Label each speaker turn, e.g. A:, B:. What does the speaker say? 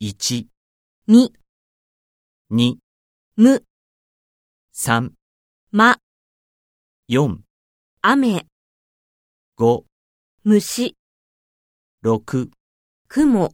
A: 1、
B: み、
A: 2、
B: む、
A: 3、
B: ま、
A: 4、
B: 雨、
A: 5、
B: 虫、
A: 6
B: 雲。